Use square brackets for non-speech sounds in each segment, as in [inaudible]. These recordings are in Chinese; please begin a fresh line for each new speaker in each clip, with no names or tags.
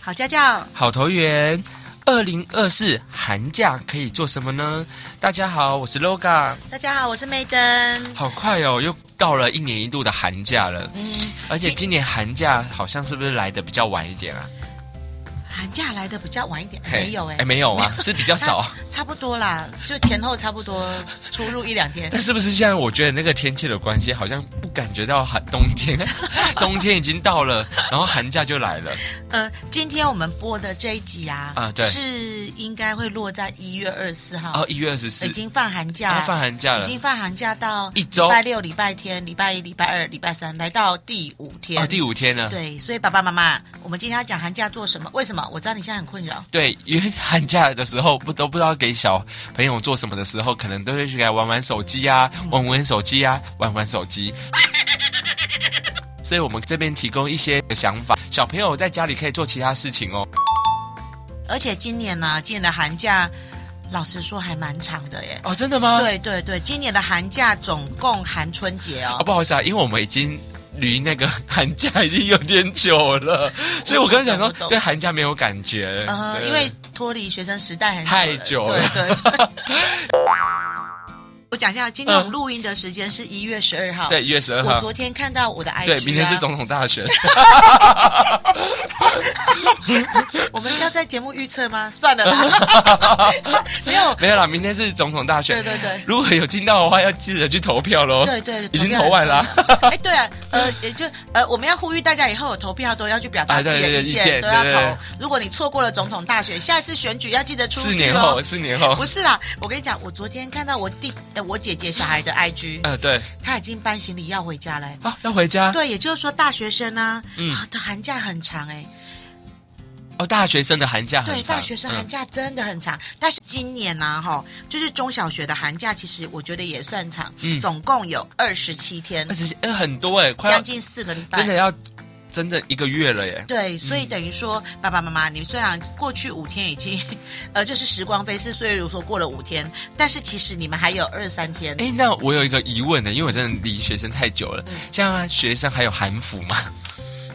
好家教，
好投缘。二零二四寒假可以做什么呢？大家好，我是 LOGA。
大家好，我是梅登。
好快哦，又到了一年一度的寒假了。
嗯，
而且今年寒假好像是不是来的比较晚一点啊？
寒假来的比较晚一点，
嘿
没有哎、
哎，没有
[laughs]
吗？是比较早。
差不多啦，就前后差不多出入一两
[laughs]
天。
但是不是现在我觉得那个天气的关系，好像不感觉到寒冬天， [laughs] 冬天已经到了，然后寒假就
[laughs]
来了。
呃，今天我们播的这一集啊，
啊对哦
是应该会落在一月二十四号，
然后一月二十四
已，经放寒假，
然后放寒假
已
了。
经放寒假到
一周
礼拜六、礼拜天、礼拜一、礼拜二、礼拜三，来到第五天。
哦，第五天了。
对，所以爸爸妈妈，我们今天要讲寒假做什么？为什么？我知道你现在很困扰。
对，因为寒假的时候不都不知道给小朋友做什么的时候，可能都会去给他玩玩手机呀、
嗯
玩玩手机呀、玩玩手机。所以我们这边提供一些想法，小朋友在家里可以做其他事情哦。
而且今年呢、今年的寒假，老实说还蛮长的耶。
哦，真的吗？。
对对对，今年的寒假总共含春节
啊，
哦。
不好意思啊，因为我们已经离那个寒假已经有点久
[laughs]
了，所以我刚刚讲
我懂
说对寒假没有感觉。
呃，
哦对
因为脱离学生时代很
太久了
对对对。
[laughs]
我讲一下，今天我们录音的时间是一月十二号。
嗯对一月十二
我
号，
昨天看到我的 IG，、啊、
对，明天是总统大选。 [laughs]
我们要在节目预测吗？算了啦，
[laughs]
[laughs] 没有，
没有啦，明天是总统大选。
对对对
如果有听到的话，要记得去投票喽。
对对，
哦已经
票很
投完啦
重要。哎，对啊，呃，也就呃，我们要呼吁大家以后有投票都要去表达
啊
自
对
己的
对对
意
意
见，
见
都要
对对
投
对。
如果你错过了总统大选，下一次选举要记得出
四
去
年
哦
后，。四年后
不，是啦，我跟你讲，我昨天看到我弟、呃、我姐姐小孩的 IG，
[laughs] 呃，对
他已经搬行李要回家了欸、
啊，要回家
对，也就是说大学生啊，
嗯
啊，的寒假很长哎、
哦。大学生的寒假很
对，
长
大学生寒
嗯
假真的很长，但是今年呢、哈，就是中小学的寒假，其实我觉得也算长，
嗯
总共有二十七天
二，十七呃很多哎，快要
将近四个礼拜，
真的要整整一个月了耶。
对，所以等于说，
嗯
爸爸妈妈，你们虽然过去五天已经， [laughs] 呃，就是时光飞逝，虽然如说过了五天，但是其实你们还有二三天。
哎，那我有一个疑问呢，因为我真的离学生太久了，
嗯
像学生还有韩服吗？ [laughs]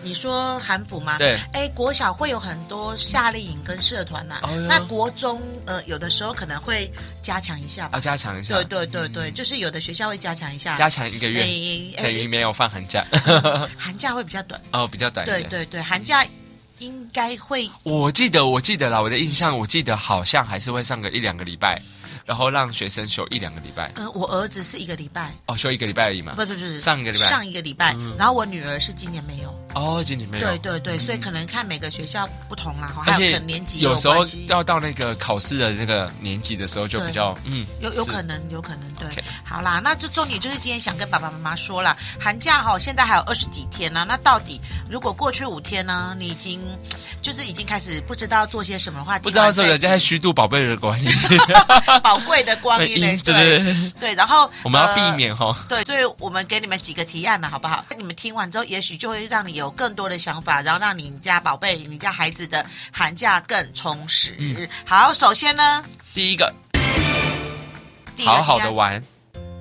你说韩服吗？
对。
哎，国小会有很多夏令营跟社团嘛、啊
哦哟
那国中呃，有的时候可能会加强一下吧。
要加强一下，
对对对对，就是有的学校会加强一下。
啊嗯加强一个月，
哎哎
等于没有放寒假 [laughs]
寒假会比较短。
哦，比较短一
对
点。
对对，寒假应该会
我记得，我记得啦，我的印象，我记得好像还是会上个一两个礼拜，然后让学生休一两个礼拜，
呃，我儿子是一个礼拜，
哦，休一个礼拜而已嘛。
不不不，
上一个礼拜嗯
上一个礼拜，然后我女儿是今年没有。
哦，今年没有。嗯
对对对，所以可能看每个学校不同啦，哈，
而
还有可
且
能年级也
有时候
关系
要到那个考试的那个年级的时候，就比较嗯，
有有可
能
能，有可能对。
OK
好啦，那就重点就是今天想跟爸爸妈妈说啦，寒假哈、现在还有二十几天呢、那到底如果过去五天呢，你已经就是已经开始不知道做些什么的话，
不知道是不是
听
在
完
虚度宝贝的光阴，
这一集宝贵的光阴
[laughs]
呢？
对对
[laughs] 对
对，
对，然后
我们要
呃
避免哈。
对，所以我们给你们几个提案了，好不好？你们听完之后，也许就会让你有更多的想法，然后让你家宝贝、你家孩子的寒假更充实。
嗯
好，首先呢，
第一个，
第一个
好好
提
的
案
玩。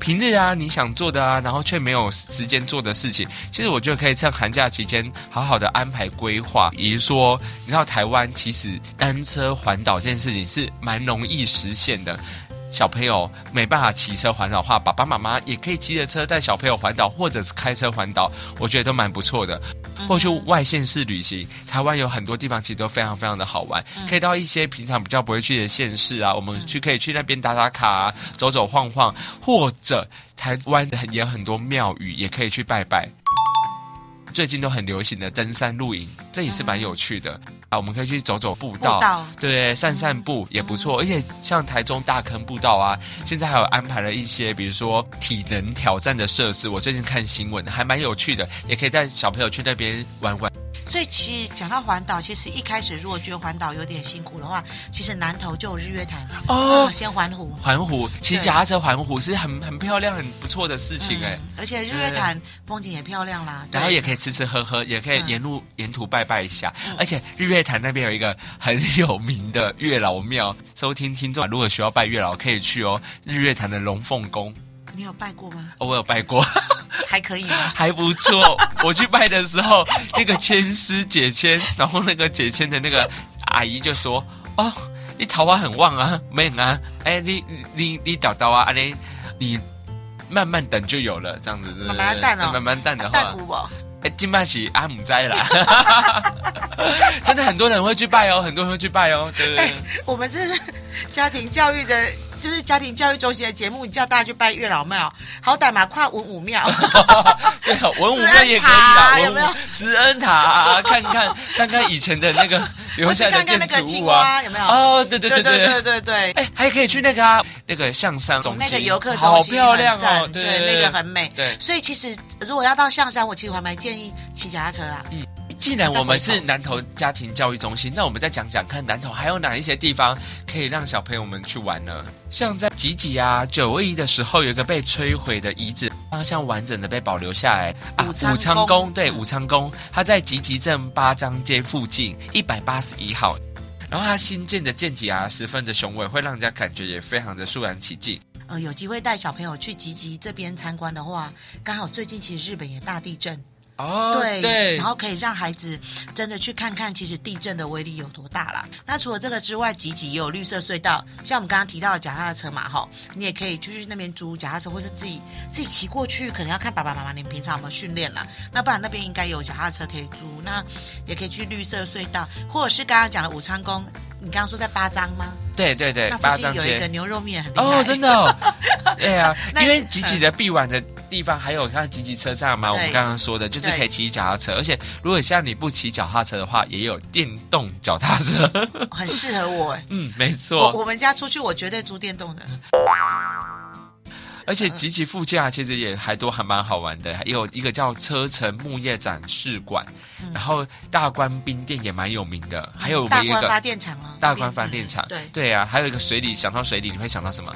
平日啊，你想做的啊，然后却没有时间做的事情，其实我觉得可以趁寒假期间好好的安排规划。比如说，你知道台湾其实单车环岛这件事情是蛮容易实现的。小朋友没办法骑车环岛的话，爸爸妈妈也可以骑着车带小朋友环岛，或者是开车环岛，我觉得都蛮不错的。
嗯
或去外县市旅行，台湾有很多地方其实都非常非常的好玩，
嗯
可以到一些平常比较不会去的县市啊，我们去可以去那边打打卡、啊、走走晃晃，或者台湾也有很多庙宇，也可以去拜拜。最近都很流行的登山露营，这也是蛮有趣的、啊，我们可以去走走步
嗯步
道。
道，嗯
对，散散步也不错，而且像台中大坑步道啊，现在还有安排了一些，比如说体能挑战的设施。我最近看新闻，还蛮有趣的，也可以带小朋友去那边玩玩。
所以其实讲到环岛，其实一开始如果觉得环岛有点辛苦的话，其实南投就有日月潭
哦
啊先环湖。
环湖，骑
对
脚踏车环湖是很 [laughs] 很漂亮、很不错的事情哎、
嗯，而且日月潭风景也漂亮啦，
然后也
对
可以吃吃喝喝，也可以
嗯
沿路、沿途拜拜一下。而且日月潭那边有一个很有名的月老庙，收听听众如果需要拜月老可以去哦，日月潭的龙凤宫。
你有拜过吗？
哦，我有拜过，
还可以
[laughs]
吗？
还不错。我去拜的时候，那个签师解签，然后那个解签的那个阿姨就说：“哦，你桃花很旺啊，没啊，哎、你你你找到啊，啊你你慢慢等就有了，这样子。对不对”
慢慢淡哦
慢慢淡的话，
蛋舞哦，
哎，金拜喜阿姆斋啦， [laughs] 真的很多人会去拜哦，很多人会去拜哦，对不对？
我们这是家庭教育的，就是家庭教育中心的节目，你叫大家去拜月老庙，好歹嘛跨文武庙。
对啊，文武院也可以啦，
哎慈恩塔有没
文
有
武慈恩塔、啊看看看看以前的
[laughs]
那个 [laughs] 留
不是
下的
看看那
建
个
筑
青
物啊
蛙，有没有
哦，对对
对
对
对
对
对对对。
哎，还可以去那个啊，那个象山中心，
那个游客
好
中心
漂亮
很赞
哦，对
对，那个很美。
对
所以其实如果要到象山，我其实我还蛮建议骑脚踏车啊。
嗯既然我们是南投家庭教育中心，那我们再讲讲看南投还有哪一些地方可以让小朋友们去玩呢？像在吉吉啊九二一的时候，有一个被摧毁的遗址，它像完整的被保留下来啊。
武昌宫
宫对武昌宫，它在吉吉镇八张街附近一百八十一号。然后它新建的舰体啊，十分的雄伟，会让人家感觉也非常的肃然起敬。
呃，有机会带小朋友去吉吉这边参观的话，刚好最近其实日本也大地震，
哦，
对，
对，
然后可以让孩子真的去看看，其实地震的威力有多大啦。那除了这个之外，吉吉也有绿色隧道，像我们刚刚提到的脚踏车嘛，哈，你也可以去那边租脚踏车，或是自己自己骑过去，可能要看爸爸妈妈你们平常有没有训练啦。那不然那边应该有脚踏车可以租，那也可以去绿色隧道，或者是刚刚讲的武昌宫，你刚刚说在八张吗？
对对对
那，附
八
近
张
有一
街
个。牛肉面很厉害
哦，真的、
[laughs]
哦，对啊，
那
因为集集的必玩的地方还有像集集车站嘛，我
对
们刚刚说的，就是可以骑脚踏车，而且如果像你不骑脚踏车的话，也有电动脚踏
[laughs]
车。
很适合
[laughs]
我哎。
嗯，没
我
错，
我们家出去，我绝对租电动的。
而且集集附
呃
近啊，其实也还都还蛮好玩的，也有一个叫车城木业展示馆，然后大关冰店也蛮有名的，还有我
嗯大
们有一
关
个
发电厂啊，
大关饭店厂，
对，
对啊，还有一个水里，想到水里你会想到什么？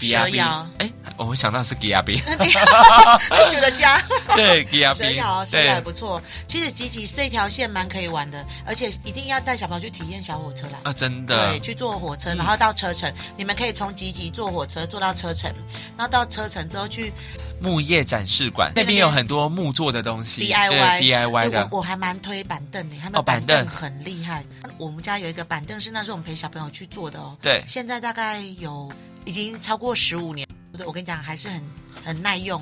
蛇
比亚比
窑，
哎，我会想到是比
[laughs]
亚比，
我觉得
[laughs]
家。
对，比亚比
蛇窑，，蛇窑
对
也。不错。其实集集这条线蛮可以玩的，而且一定要带小朋友去体验小火车啦。
啊，真的嗯
对，，去坐火车，然后到车城，你们可以从集集坐火车坐到车城，然后到车城之后去
木业展示馆那
那边
边有很多木做的东西
DIY
对 DIY
哎
的
我我还蛮推板凳的，他
哦
们
板
板
凳
凳很厉害。我们家有一个板凳是那时候我们陪小朋友去做的哦，
对
现在大概有已经超过十五年，我跟你讲还是很很耐用。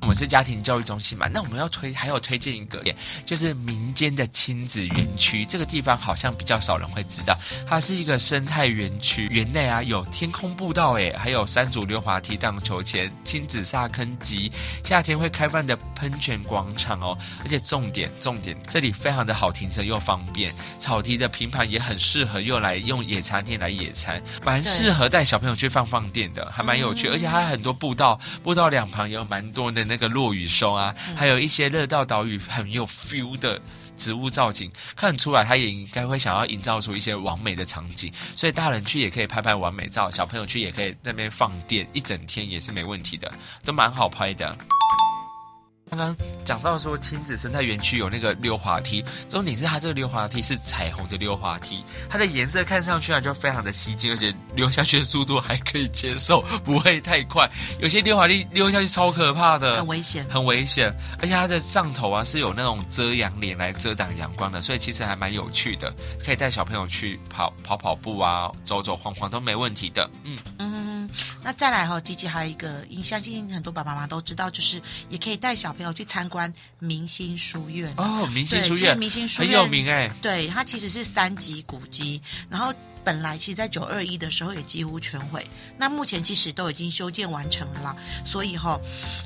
我们是家庭教育中心嘛，那我们要推还有推荐一个，就是民间的亲子园区，这个地方好像比较少人会知道，它是一个生态园区，园内啊有天空步道，哎，还有山竹溜滑梯、荡秋千、亲子沙坑及夏天会开放的喷泉广场哦，而且重点重点，这里非常的好停车又方便，草地的平盘也很适合用来用野餐垫来野餐，蛮
对
适合带小朋友去放放电的，还蛮有趣，而且它很多步道，步道两旁也有蛮多的那个落雨松啊，还有一些热到岛屿很有 feel 的。植物造景看得出来，它也应该会想要营造出一些完美的场景，所以大人去也可以拍拍完美照，小朋友去也可以在那边放电一整天也是没问题的，都蛮好拍的。刚刚讲到说亲子生态园区有那个溜滑梯，重点是它这个溜滑梯是彩虹的溜滑梯，它的颜色看上去啊就非常的吸睛，而且溜下去的速度还可以接受，不会太快。有些溜滑梯溜下去超可怕的，
很危险
很危险。而且它的上头啊是有那种遮阳帘来遮挡阳光的，所以其实还蛮有趣的，可以带小朋友去跑跑跑步啊，走走晃晃都没问题的。嗯，
嗯，那再来哈、哦，吉吉还有一个，你相信很多爸爸妈妈都知道，就是也可以带小朋友去参观明星书院。
哦，明星
对
书
其实
院
明星书
很
院
有名哎、
对，它其实是三级古迹，然后本来其实在九二一的时候也几乎全毁，那目前其实都已经修建完成了啦，所以哈、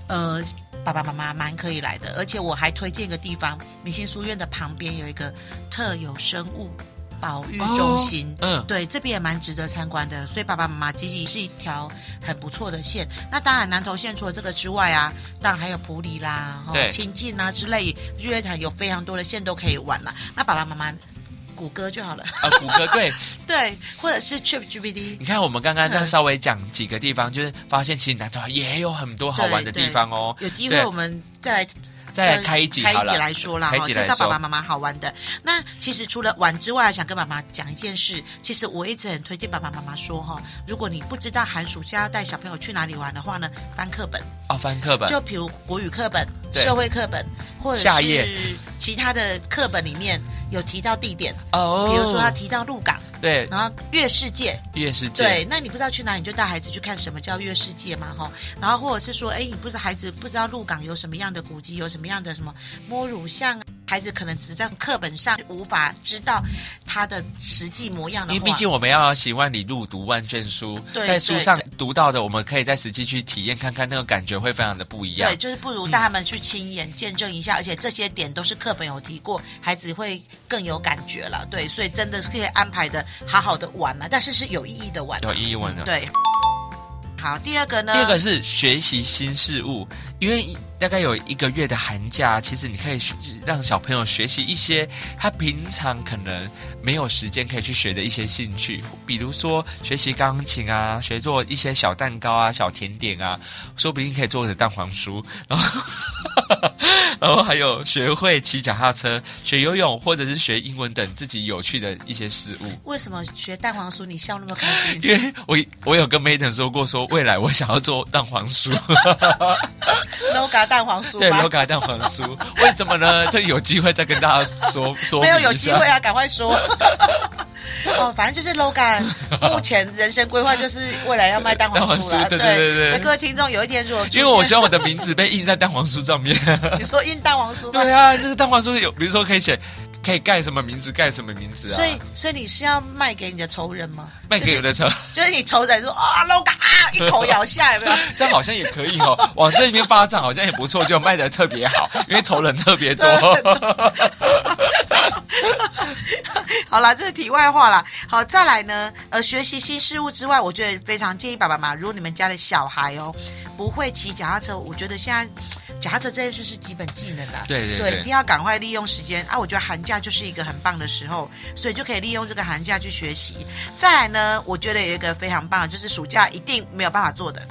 呃，爸爸妈妈蛮可以来的，而且我还推荐一个地方，明星书院的旁边有一个特有生物保育中心。
嗯，
对，这边也蛮值得参观的，所以爸爸妈妈其实是一条很不错的线。那当然，南投县除了这个之外啊，当然还有普里啦、
对
哦、清境啊之类，日月潭有非常多的线都可以玩啦。那爸爸妈妈谷歌就好了， [laughs]
啊，谷歌对，
对，或者是 Trip GPD。
你看我们刚刚那稍微讲几个地方，就是发现其实南投也有很多好玩的地方哦。
有机
对
会我们再来
再来开一集
开一
好了
集来说啦，哦
开一
哈，
集
介
来
绍爸
说
爸妈妈好玩的。那其实除了玩之外，啊想跟爸妈讲一件事，其实我一直很推荐爸爸妈妈说哈，如果你不知道寒暑假要带小朋友去哪里玩的话呢，翻课本，
哦，翻课本
就比如国语课本、
对
社会课本，或者
夏
是
夜
其他的课本里面有提到地点，
哦，
比如说他提到鹿港，
对
然后月世界，
月世界，
对，那你不知道去哪，你就带孩子去看什么叫月世界嘛，哈。然后或者是说，哎，你不知道孩子不知道鹿港有什么样的古迹，有什么样的什么摸乳像啊，孩子可能只在课本上无法知道它的实际模样的
因
话，
为毕竟我们要行万里路，读万卷书，
对
在书上读到的，我们可以在实际去体验看看，那个感觉会非常的不一样
对，。就是不如带他们去亲眼见证一下，而且这些点都是课本有提过，孩子会更有感觉了。对，所以真的是可以安排的好好的玩嘛，但是是有意义的玩嘛，
有意义玩的
对。好，第二个呢？
第二个是学习新事物，因为大概有一个月的寒假，其实你可以学让小朋友学习一些他平常可能没有时间可以去学的一些兴趣，比如说学习钢琴啊，学做一些小蛋糕啊、小甜点啊，说不定可以做成蛋黄酥，然后然后还有学会骑脚踏车、学游泳或者是学英文等自己有趣的一些事物。
为什么学蛋黄酥你笑那么开心？
因为我我有跟 Maiden 说过说未来我想要做蛋黄酥。
LOGA 蛋黄酥
[laughs] 对
吧。
，Loga 蛋黄酥，为什
[laughs]
么呢？这有机会再跟大家说说
没有
明一
有机
下
会啊，赶快说。 [laughs] 哦，反正就是
[laughs]
LOGA 目前人生规划就是未来要卖蛋黄酥啦。
蛋黄酥对对对对
所以各位听众有一天如果出
因为我
现
希望我的名字被印在蛋黄酥
[laughs]
上面。
你说印蛋黄酥吗？
对啊，那个蛋黄酥有，比如说可以写，可以盖什么名字，盖什么名字啊？
所以所以你是要卖给你的仇人吗？
卖给我的车，
就是就是你仇人说啊 LOGA 啊一口咬下有
[laughs]
没有？
这好像也可以
[laughs]
哦。往这边发展好像也不错，就卖的特别好，因为仇人特别多。
好啦，这是题外话啦。好，再来呢，呃，学习新事物之外，我觉得非常建议爸爸妈妈，如果你们家的小孩哦不会骑脚踏车，我觉得现在嗯脚踏车这件事是基本技能啦。
对
[laughs]
对
对，
对
一定要赶快利用时间啊！我觉得寒假就是一个很棒的时候，所以就可以利用这个寒假去学习。再来呢，我觉得有一个非常棒的，就是暑假一定没有办法做的，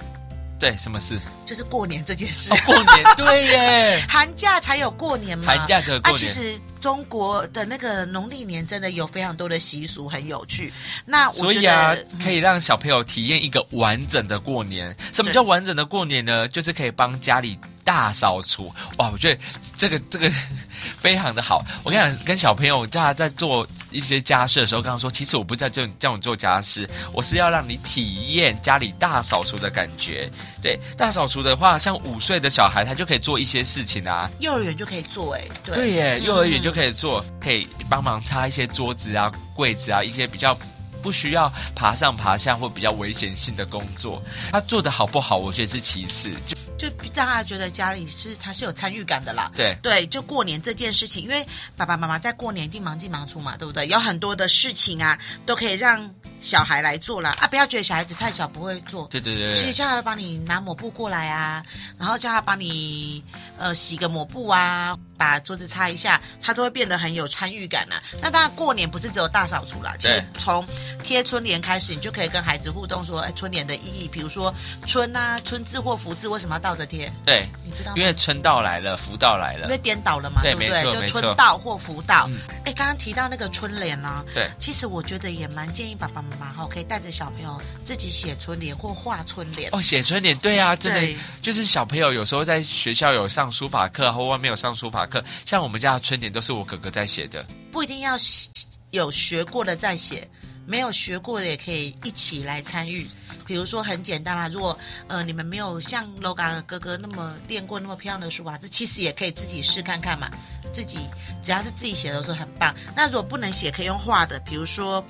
对，什么事？
就是过年这件事。
哦，过年，
[laughs]
对耶，
寒假才有过年嘛，
寒假才有过
啊，其
年
实中国的那个农历年真的有非常多的习俗，很有趣。那我
所
觉
以啊
得，嗯
可以让小朋友体验一个完整的过年。什么叫完整的过年呢？就是可以帮家里大扫除。哇，我觉得这个这个 [laughs] 非常的好。我跟你讲，跟小朋友叫他在做一些家事的时候，跟他说，其实我不是在叫你叫你做家事，我是要让你体验家里大扫除的感觉。对，大扫除的话，像五岁的小孩，他就可以做一些事情啊。
幼儿园就可以做、哎，对。
对耶，幼儿园就可以做，可以帮忙擦一些桌子啊、柜子啊，一些比较不需要爬上爬下或比较危险性的工作。他做的好不好，我觉得是其次。就
就让他觉得家里是他是有参与感的啦。
对
对，就过年这件事情，因为爸爸妈妈在过年一定忙进忙出嘛，对不对？有很多的事情啊，都可以让小孩来做啦。啊！不要觉得小孩子太小不会做，
对对对
其实
对，
叫他帮你拿抹布过来啊，然后叫他帮你呃洗个抹布啊，把桌子擦一下，他都会变得很有参与感呐、啊。那当然，过年不是只有大扫除啦，其实
对
从贴春联开始，你就可以跟孩子互动说，哎，春联的意义，比如说春啊、春字或福字，为什么要倒着贴？
对，
你知道
因
吗？
为春到来了，福到来
因
了
为，颠倒了嘛，
对
不
没错
对？就
没错嗯
春到或福到。哎，刚刚提到那个春联啊，
对，
其实我觉得也蛮建议爸爸妈妈哈，可以带着小朋友自己写春联或画春联。
哦，写春联，对啊，真
对
的就是小朋友有时候在学校有上书法课，或外面有上书法课，像我们家的春联都是我哥哥在写的。
不一定要写有学过的再写，没有学过的也可以一起来参与。比如说很简单啦，如果呃你们没有像 LOGA 哥哥那么练过那么漂亮的书法字，其实也可以自己试看看嘛。自己只要是自己写的都是很棒。那如果不能写，可以用画的，比如说，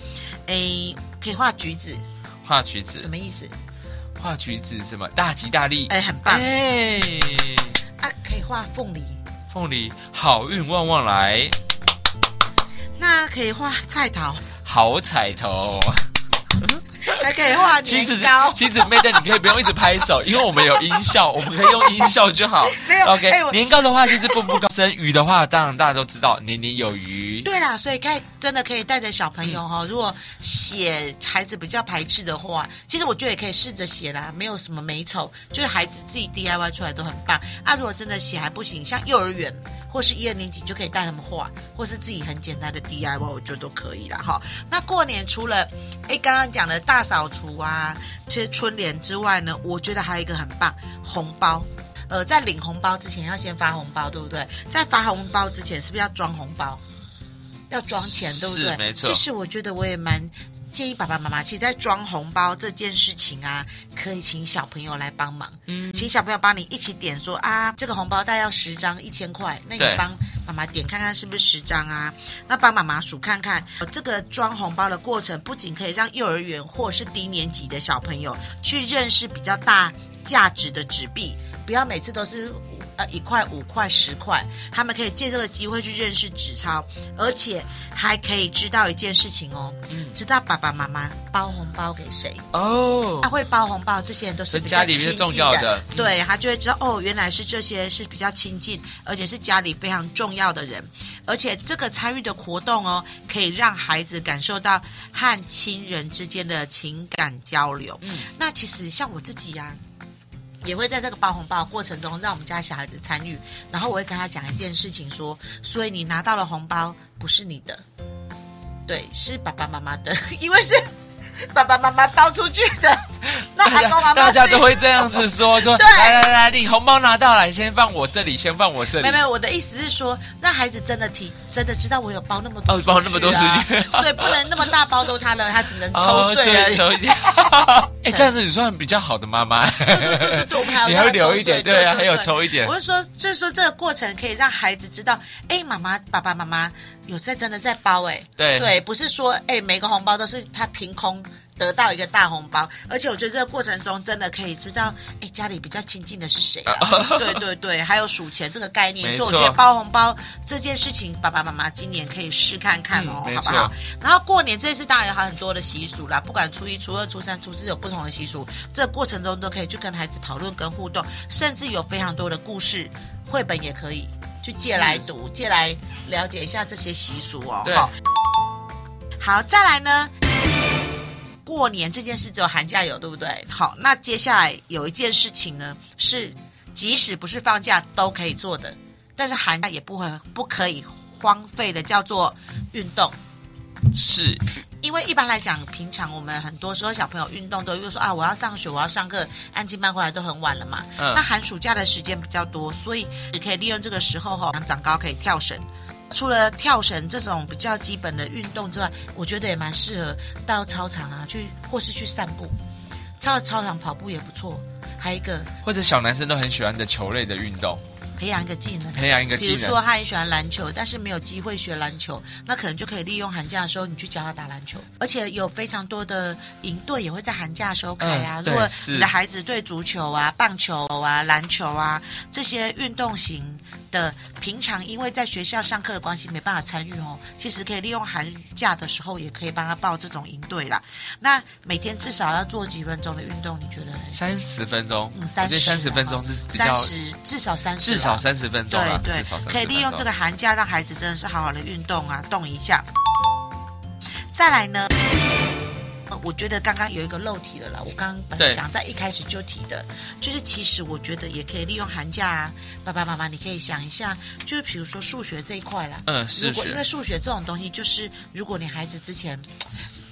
诶，可以画橘子，
画橘
什
子，
么意思？
画橘子什么？大吉大利！
哎，很棒
哎，
啊！可以画凤梨，
凤梨，好运旺旺来。
那可以画菜桃，
好彩头，
还还可以画
[laughs] 其实
年糕。
其实妹的，你可以不用一直拍手，因为我们有音效，我们可以用音效就好。
[laughs] 没有
OK，、
哎我
年糕的话就是步步高升，鱼的话当然大家都知道年年有余。
对啦，所以可以真的可以带着小朋友哈、哦，如果写孩子比较排斥的话，其实我觉得也可以试着写啦，没有什么美丑，就是孩子自己 DIY 出来都很棒啊。如果真的写还不行，像幼儿园或是一二年级，你就可以带他们画，或是自己很简单的 DIY，我觉得都可以啦哈、那过年除了哎刚刚讲的大扫除啊，这些春联之外呢，我觉得还有一个很棒红包。呃，在领红包之前要先发红包，对不对？在发红包之前，是不是要装红包？要装钱，对不对？
是没错
其实我觉得我也蛮建议爸爸妈妈，其实，在装红包这件事情啊，可以请小朋友来帮忙，
嗯
请小朋友帮你一起点说啊，这个红包袋要十张，一千块，那你
对
帮妈妈点看看是不是十张啊？那帮妈妈数看看。呃这个装红包的过程，不仅可以让幼儿园或是低年级的小朋友去认识比较大价值的纸币，不要每次都是。呃，一块、五块、十块，他们可以借这个机会去认识纸钞，而且还可以知道一件事情哦，知道爸爸妈妈包红包给谁。
哦
他，会包红包，这些人都是
是
比较
家里面
亲近
重要的嗯
的，对他就会知道哦，原来是这些是比较亲近，而且是家里非常重要的人，而且这个参与的活动哦，可以让孩子感受到和亲人之间的情感交流。
嗯
那其实像我自己呀、也会在这个包红包的过程中，让我们家小孩子参与，然后我会跟他讲一件事情说，所以你拿到了红包不是你的，对，是爸爸妈妈的， [laughs] 因为是爸爸妈妈包出去的。 [laughs] 那
大
阿
家
公阿妈
大家
是
都会这样子说说，
对
来来来，你红包拿到了，你先放我这里，先放我这
[laughs]
里
没有。没有，我的意思是说，让孩子真的体真的知道我有包那么多、啊
哦包那么多出去
[laughs] 所以不能那么大包都他了，他只能抽
哦
税而已。
抽
[laughs]
一些，哎，这样子你算比较好的妈妈，
对对对对，我们还有
你还
要
会留一点，
抽税对
对啊，还有
对
抽一点
我，是说，就是说这个过程可以让孩子知道，哎，妈妈、爸爸妈妈有在真的在包、哎，
对
对，不是说哎每个红包都是他凭空得到一个大红包，而且我觉得这个过程中真的可以知道，哎家里比较亲近的是谁啊？ [laughs] 对对对，还有数钱这个概念，
没
所以我
错
觉得包红包这件事情，爸爸妈妈今年可以试看看哦，
嗯没
好不
错
好？然后过年这次当然有很多的习俗啦，不管初一、初二、初三、初四有不同的习俗，这个过程中都可以去跟孩子讨论跟互动，甚至有非常多的故事绘本也可以去借来读，借来了解一下这些习俗哦。
对
好好，再来呢。过年这件事只有寒假有，对不对？好，那接下来有一件事情呢，是即使不是放假都可以做的，但是寒假也不可不可以荒废的，叫做运动。
是
因为一般来讲，平常我们很多时候小朋友运动都又说啊，我要上学，我要上课，安静班回来都很晚了嘛。
嗯
那寒暑假的时间比较多，所以也可以利用这个时候哈、长高可以跳绳。除了跳绳这种比较基本的运动之外，我觉得也蛮适合到操场啊去，或是去散步，到操场跑步也不错。还有一个
或者小男生都很喜欢的球类的运动，
培养一个技能，
培养一个
比
技
如
能
说。他很喜欢篮球，但是没有机会学篮球，那可能就可以利用寒假的时候，你去教他打篮球。而且有非常多的营队也会在寒假的时候开啊。
嗯
如果
对是
你的孩子对足球啊、棒球啊、篮球啊这些运动型的，平常因为在学校上课的关系没办法参与哦，其实可以利用寒假的时候，也可以帮他报这种营队啦。那每天至少要做几分钟的运动，你觉得呢？
三十分钟，
嗯，
我
三
觉得
十
三十分钟是比较
三十，至少三十，啊
至少三十分钟
对
了，
对
至少，30
可以利用
分
这
钟
个寒假让孩子真的是好好的运动啊，动一下。再来呢，呃我觉得刚刚有一个漏题了啦，我刚刚本来
对
想在一开始就提的，就是其实我觉得也可以利用寒假啊，爸爸妈妈你可以想一下，就是比如说数学这一块啦，
嗯
如
是
果因为
学
数学这种东西，就是如果你孩子之前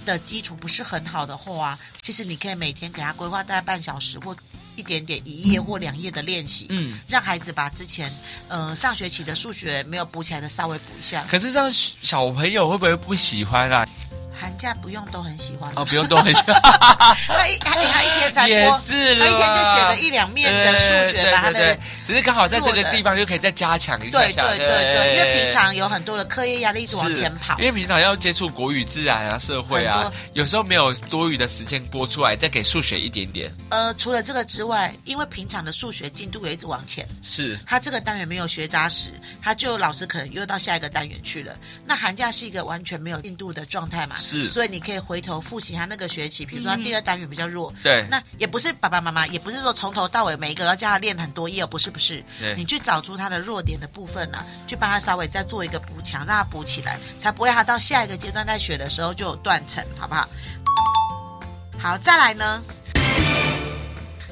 的基础不是很好的话，其实你可以每天给他规划大概半小时或一点点一页或两页的练习，
嗯。
让孩子把之前呃上学期的数学没有补起来的稍微补一下。
可是这样小朋友会不会不喜欢啊？
寒假不用都很喜欢，
哦，不用动很喜欢，
[laughs] 他一他他一天才
也
播，
是
他
啦。
一天就写了一两面的数学，
对
把他
对对
的
对。只是刚好在这
弱
个
的
地方就可以再加强一下
对
下。
对对对，因为平常有很多的课业压力一直往前跑
因，为平常要接触国语、自然啊、社会
很
啊
多，
有时候没有多余的时间播出来，再给数学一点点。
呃，除了这个之外，因为平常的数学进度也一直往前，
是
他这个单元没有学扎实，他就老师可能又到下一个单元去了。那寒假是一个完全没有进度的状态嘛，
是
所以你可以回头复习他那个学期，比如说他第二单元比较弱，
对
那也不是爸爸妈妈，也不是说从头到尾每一个要叫他练很多页，不是不是
对，
你去找出他的弱点的部分啊，去帮他稍微再做一个补强，让他补起来，才不会他到下一个阶段在学的时候就有断层，好不好？好，再来呢，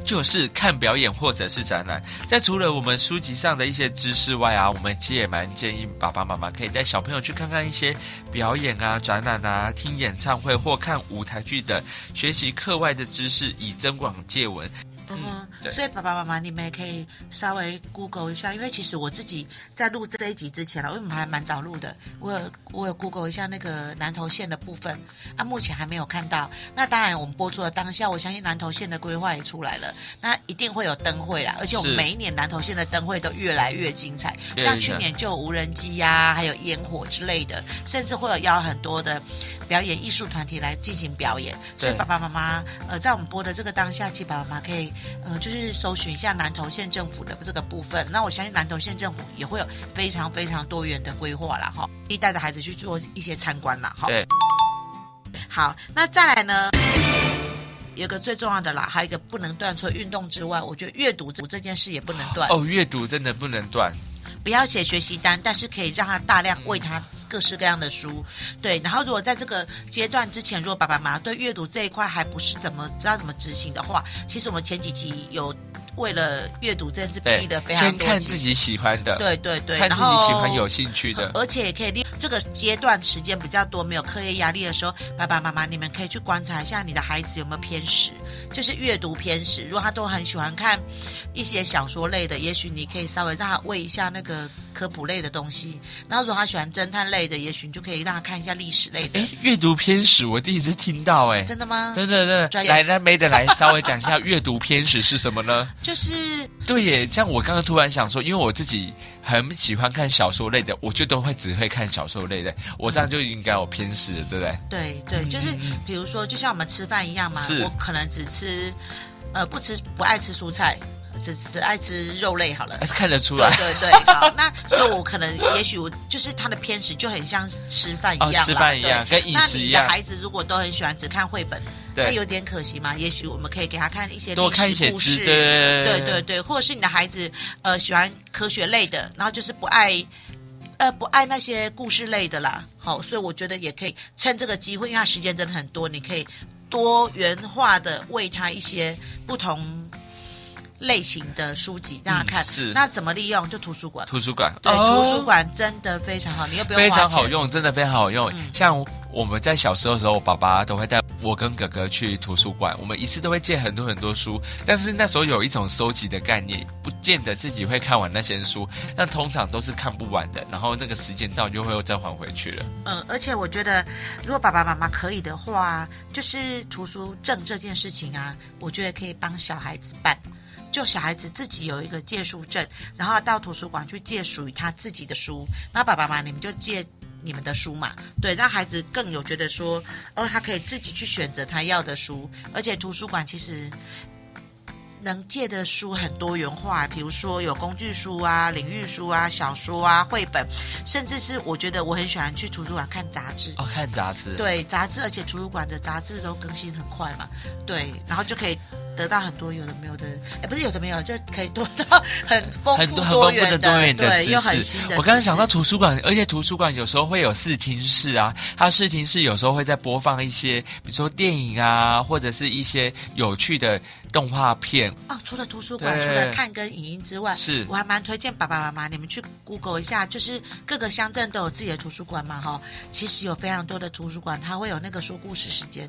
就是看表演或者是展览。在除了我们书籍上的一些知识外啊，我们其实也蛮建议爸爸妈妈可以带小朋友去看看一些表演啊、展览啊、听演唱会或看舞台剧等，学习课外的知识，以增广见闻。
嗯
对
所以爸爸妈妈，你们也可以稍微 Google 一下，因为其实我自己在录这一集之前了，因为我们还蛮早录的，我有我有 Google 一下那个南投县的部分，啊，目前还没有看到。那当然，我们播出的当下，我相信南投县的规划也出来了，那一定会有灯会啦，而且我们
是
每一年南投县的灯会都越来越精彩，
对
像去年就有无人机呀、还有烟火之类的，甚至会有邀很多的表演艺术团体来进行表演。所以
对
爸爸妈妈，呃，在我们播的这个当下，其实爸爸妈妈可以，呃，就是搜寻一下南投县政府的这个部分。那我相信南投县政府也会有非常非常多元的规划啦，哈，可以带着孩子去做一些参观啦，哈。
对，
好，那再来呢？有一个最重要的啦，还有一个不能断，除了运动之外，我觉得阅读这件事也不能断。
哦，阅读真的不能断。
不要写学习单，但是可以让他大量喂他各式各样的书，对。然后如果在这个阶段之前，如果爸爸妈妈对阅读这一块还不是怎么知道怎么执行的话，其实我们前几集有为了阅读这件事
对
逼的，非常
先
多
看
集
自，己喜欢的，
对对对，
看
然
自己喜欢
后呃
有兴趣的。
而且也可以利这个阶段时间比较多，没有课业压力的时候，爸爸妈妈你们可以去观察一下你的孩子有没有偏食，就是阅读偏食。如果他都很喜欢看一些小说类的，也许你可以稍微让他喂一下那个科普类的东西。然后如果他喜欢侦探类的，也许你就可以让他看一下历史类的
哎。，阅读偏食我第一次听到，哎，
真的吗？
真的真的，
专业
来来妹的来稍微讲一下阅读偏食是什么呢？
就是
对耶，这样我刚刚突然想说，因为我自己很喜欢看小说类的，我就都会只会看小说类的，我这样就应该有偏食了，对不对？
对对，就是比如说，就像我们吃饭一样嘛
是，
我可能只吃，呃，不吃不爱吃蔬菜，只只爱吃肉类好了
还。是哎看得出
对
来
对
[laughs]
对，好，那所以我可能也许我就是他的偏食就很像吃饭一样啦、
哦吃饭一样
对
跟饮
那
食一
你
样
的孩子如果都很喜欢只看绘本，
对
那有点可惜嘛。也许我们可以给他看一些
多
历
看一些
史故
字，
事，
对对
对对对，或者是你的孩子呃喜欢科学类的，然后就是不爱。呃，不爱那些故事类的啦，好，所以我觉得也可以趁这个机会，因为他时间真的很多，你可以多元化的为他一些不同类型的书籍让他看。
嗯是
那怎么利用？就图书馆。
图书馆，
对，
哦
图书馆真的非常好，你又不用
非
花
常
钱嗯
好用，真的非常好用。像我们在小时候的时候，我爸爸都会带我跟哥哥去图书馆，我们一次都会借很多很多书。但是那时候有一种收集的概念，不见得自己会看完那些书，那通常都是看不完的。然后那个时间到就会再还回去了。
嗯，而且我觉得，如果爸爸妈妈可以的话，就是图书证这件事情啊，我觉得可以帮小孩子办。就小孩子自己有一个借书证，然后到图书馆去借属于他自己的书，那爸爸妈妈你们就借你们的书嘛，对，让孩子更有觉得说，哦，他可以自己去选择他要的书，而且图书馆其实能借的书很多元化，比如说有工具书啊、领域书啊、小说啊、绘本，甚至是我觉得我很喜欢去图书馆看杂志。
哦，看杂志，
对杂志，而且图书馆的杂志都更新很快嘛，对，然后就可以得到很多有的没有的，哎，不是有的没有，就可以多到很丰
很
富
多很丰富
元
的多元的
对，
知
又很新
识
的。知识。
我刚刚想到图书馆，而且图书馆有时候会有视听室啊，它视听室有时候会在播放一些，比如说电影啊，或者是一些有趣的动画片。
哦，除了图书馆，
对
除了看跟影音之外，
是
我还蛮推荐爸爸妈妈你们去 Google 一下，就是各个乡镇都有自己的图书馆嘛，哈、其实有非常多的图书馆，它会有那个说故事时间。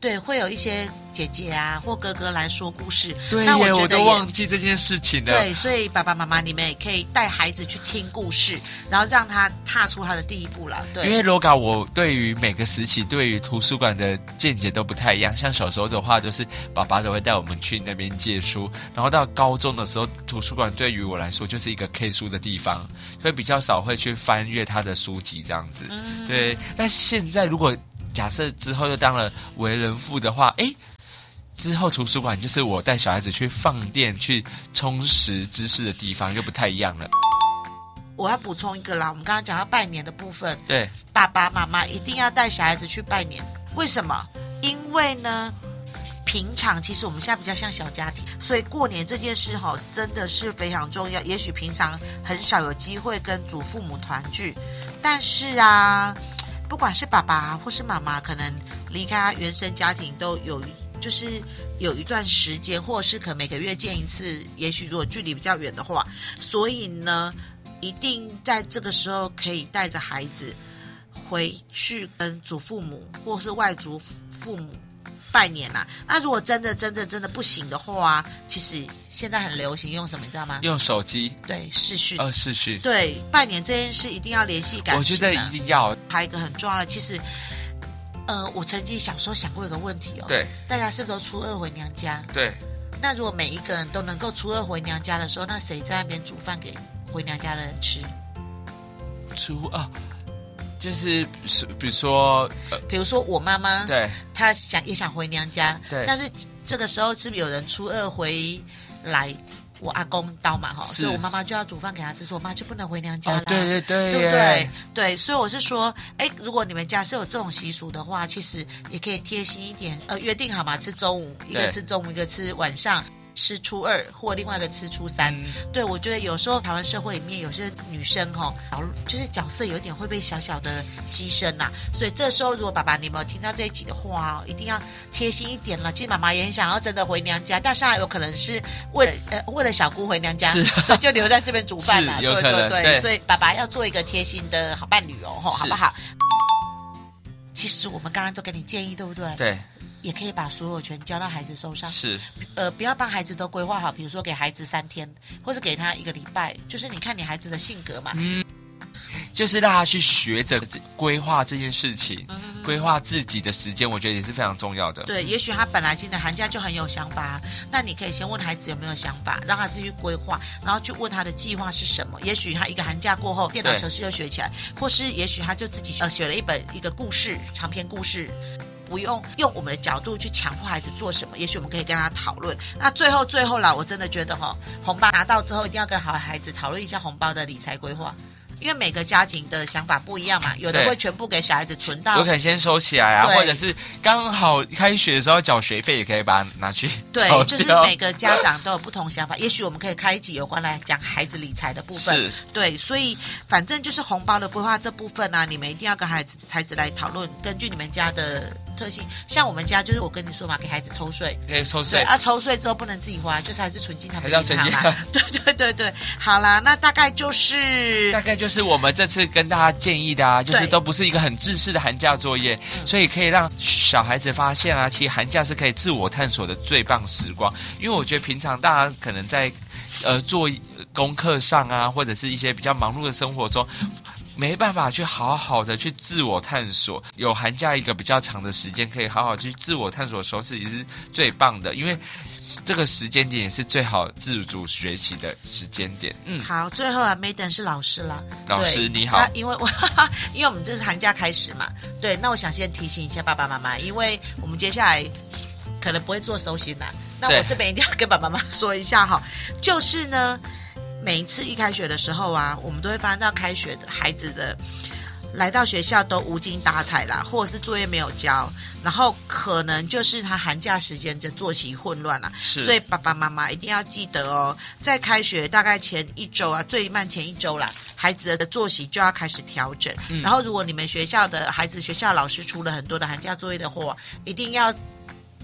对，会有一些姐姐啊或哥哥来说故事，
对
那我
耶，
觉
我
得
都
也
忘记这件事情了。
对，所以爸爸妈妈你们也可以带孩子去听故事，然后让他踏出他的第一步了。对，
因为 LOGA 我对于每个时期对于图书馆的见解都不太一样，像小时候的话，就是爸爸都会带我们去那边借书，然后到高中的时候，图书馆对于我来说就是一个 K 书的地方，所以比较少会去翻阅他的书籍这样子。
嗯
对，那现在如果假设之后又当了为人父的话，诶。之后图书馆就是我带小孩子去放电、去充实知识的地方，又不太一样了。
我要补充一个啦，我们刚刚讲到拜年的部分，
对，
爸爸妈妈一定要带小孩子去拜年，为什么？因为呢，平常其实我们现在比较像小家庭，所以过年这件事哈、真的是非常重要。也许平常很少有机会跟祖父母团聚，但是啊，不管是爸爸或是妈妈，可能离开他原生家庭都有一。就是有一段时间，或者是可能每个月见一次，也许如果距离比较远的话，所以呢，一定在这个时候可以带着孩子回去跟祖父母或是外祖父母拜年啦、那如果真的真的真的不行的话、其实现在很流行用什么，你知道吗？
用手机
对，视讯。
呃视讯，
对，拜年这件事一定要联系感情、啊。
我觉得一定要
还有一个很重要的，其实，呃，我曾经小时候想过一个问题哦，，
对
大家是不是都初二回娘家？
对
那如果每一个人都能够初二回娘家的时候，那谁在那边煮饭给回娘家的人吃？
初二，哦就是是比如说呃
比如说我妈妈，
对哦
她想也想回娘家，
对
但是这个时候是不是有人初二回来我阿公刀嘛哈，
是
所以我妈妈就要煮饭给他吃，所以我妈就不能回娘家啦。
哦对对对
啊对不对
耶？
对，所以我是说，哎，如果你们家是有这种习俗的话，其实也可以贴心一点，呃，约定好嘛，吃中午，一个
对
吃中午，一个吃晚上。吃初二或另外一个吃初三，
嗯
对我觉得有时候台湾社会里面有些女生哦，角就是角色有点会被小小的牺牲啦、所以这时候如果爸爸你们有听到这一集的话哦，一定要贴心一点了。其实妈妈也很想要真的回娘家，但是她有可能是为了呃为了小姑回娘家，
是
所以就留在这边煮饭啦。
是有
对
可能
对
对
所以爸爸要做一个贴心的好伴侣哦，吼，好不好？其实我们刚刚都给你建议，对不对？
对
也可以把所有权交到孩子手上。
是
呃，不要帮孩子都规划好，比如说给孩子三天，或者给他一个礼拜，就是你看你孩子的性格嘛。
就是让他去学着规划这件事情，
嗯
规划自己的时间，我觉得也是非常重要的。
对，也许他本来今年寒假就很有想法，那你可以先问孩子有没有想法，让他自己去规划，然后去问他的计划是什么。也许他一个寒假过后，电脑
对
程式又学起来，或是也许他就自己呃写了一本一个故事，长篇故事。不用用我们的角度去强迫孩子做什么，也许我们可以跟他讨论。那最后最后啦，我真的觉得哈、红包拿到之后一定要跟好孩子讨论一下红包的理财规划，因为每个家庭的想法不一样嘛，有的
对
会全部给小孩子存到
有可能先收起来啊，
对
或者是刚好开学的时候缴学费，也可以把它拿去
对
缴，
就是
掉
每个家长都有不同想法，也许我们可以开一集有关来讲孩子理财的部分。
是
对，所以反正就是红包的规划这部分呢、啊，你们一定要跟孩子孩子来讨论，根据你们家的特性。像我们家就是我跟你说嘛，给孩子抽税，
可以抽
对
税。
啊，抽税之后不能自己花，就是还是存进他们
还是要
银
存
行
进
嘛。 [laughs] 对对对对，好啦，那大概就是
大概就是我们这次跟大家建议的啊，就是
对嗯
都不是一个很制式的寒假作业，所以可以让小孩子发现啊，其实寒假是可以自我探索的最棒时光。因为我觉得平常大家可能在呃做呃功课上啊，或者是一些比较忙碌的生活中。没办法去好好的去自我探索，有寒假一个比较长的时间，可以好好去自我探索的时候，是也是最棒的，因为这个时间点也是最好自主学习的时间点。嗯，
好。最后啊，Maiden 是老师啦，
老
对啊
师你好
那，因为我 [laughs] 因为我们这是寒假开始嘛，对，那我想先提醒一下爸爸妈妈，因为我们接下来可能不会做收心啦。那我
对
这边一定要跟爸爸妈妈说一下哈，就是呢，每一次一开学的时候啊，我们都会发现到开学的孩子的来到学校都无精打采啦，或者是作业没有交，然后可能就是他寒假时间的作息混乱啦，
是
所以爸爸妈妈一定要记得哦，在开学大概前一周啊，最慢前一周啦，孩子的作息就要开始调整。
嗯
然后，如果你们学校的孩子学校老师出了很多的寒假作业的话，一定要。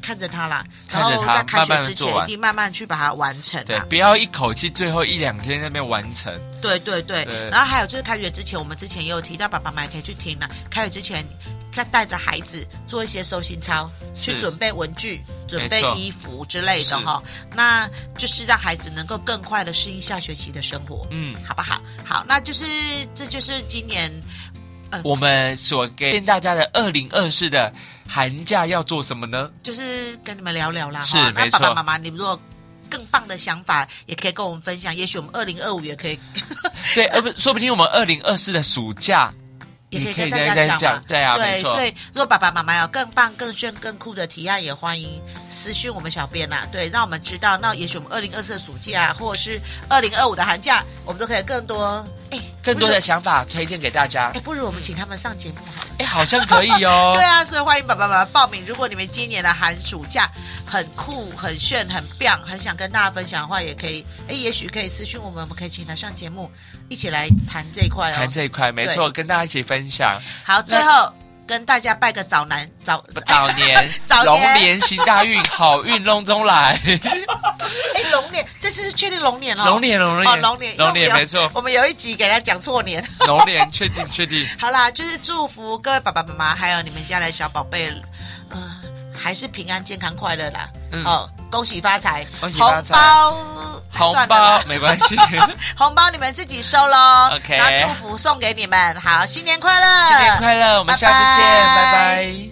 看着他啦，然
看着
后
他
在开学
慢慢地
之
做
前
完
一定慢慢去把它完成
对
啊，。
不要一口气最后一两天那边完成。
对对对，
对
然后还有就是开学之前，我们之前也有提到，爸爸妈妈也可以去听啦。开学之前，要带着孩子做一些收心操，
是
去准备文具、准备
没错
衣服之类的
是
哈、那就是让孩子能够更快的适应下学期的生活，
嗯，
好不好？好，那就是这就是今年
我们所给大家的二零二四的寒假要做什
[laughs]
么呢？
就是跟你们聊聊啦。
是
哈那
没
爸
错
爸妈妈，你们如果更棒的想法，也可以跟我们分享。也许我们二零二五也可以，
对，呃，不，说不定我们二零二四的暑假
也可以
也可
跟
以
大
再
家
再
讲嘛
讲对啊没错
所以如果爸爸妈妈有更棒、更炫、更酷的提案，也欢迎私讯我们小编啦、对，让我啊们知道。那也许我们二零二四的暑假，或者是二零二五的寒假，我们都可以更多哎，
更多
不
的
如
想法推荐给大家
哎，。不如我们请他们上节目好了。
哎，好像可以哦。
[laughs] 对啊，所以欢迎爸爸妈妈报名。如果你们今年的寒暑假很酷、很炫、很棒，很想跟大家分享的话，也可以，哎，也许可以私讯我们，我们可以请他上节目，一起来谈这一块
谈
哦。
这一块，没错，跟大家一起分享。
好，最后跟大家拜个早南 [laughs] 早
[laughs] 早年
早年
龙年行大运，好运隆中来。
哎龙年，这次是确定龙年哦，
龙年，龙
哦
年，
龙年
龙
因为我们
年，
有
没错，
我们有一集给他讲错年。 [laughs]
龙年，确定，确定。
好啦，就是祝福各位爸爸妈妈，还有你们家的小宝贝，呃，还是平安、健康、快乐啦。
嗯
哦，恭喜发财，
恭喜发
红
财
包，呃 [laughs]
红
算了
包
啦，[laughs]
没关系，
红包你们自己收喽。
OK
然后祝福送给你们，好，新年快乐，
新年快乐，我们下次见，
拜拜
拜拜